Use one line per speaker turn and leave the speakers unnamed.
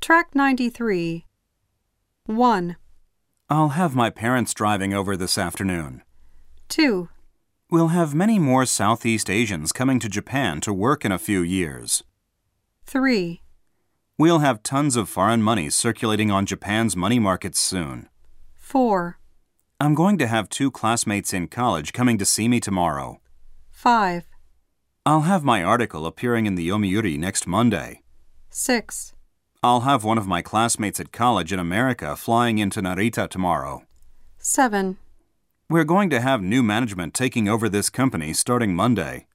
Track 93. 1,
I'll have my parents driving over this afternoon.
2,
We'll have many more Southeast Asians coming to Japan to work in a few years.
3,
We'll have tons of foreign money circulating on Japan's money markets soon.
4,
I'm going to have two classmates in college coming to see me tomorrow.
5,
I'll have my article appearing in the Yomiuri next Monday.
6,
I'll have one of my classmates at college in America flying into Narita tomorrow.
7.
We're going to have new management taking over this company starting Monday.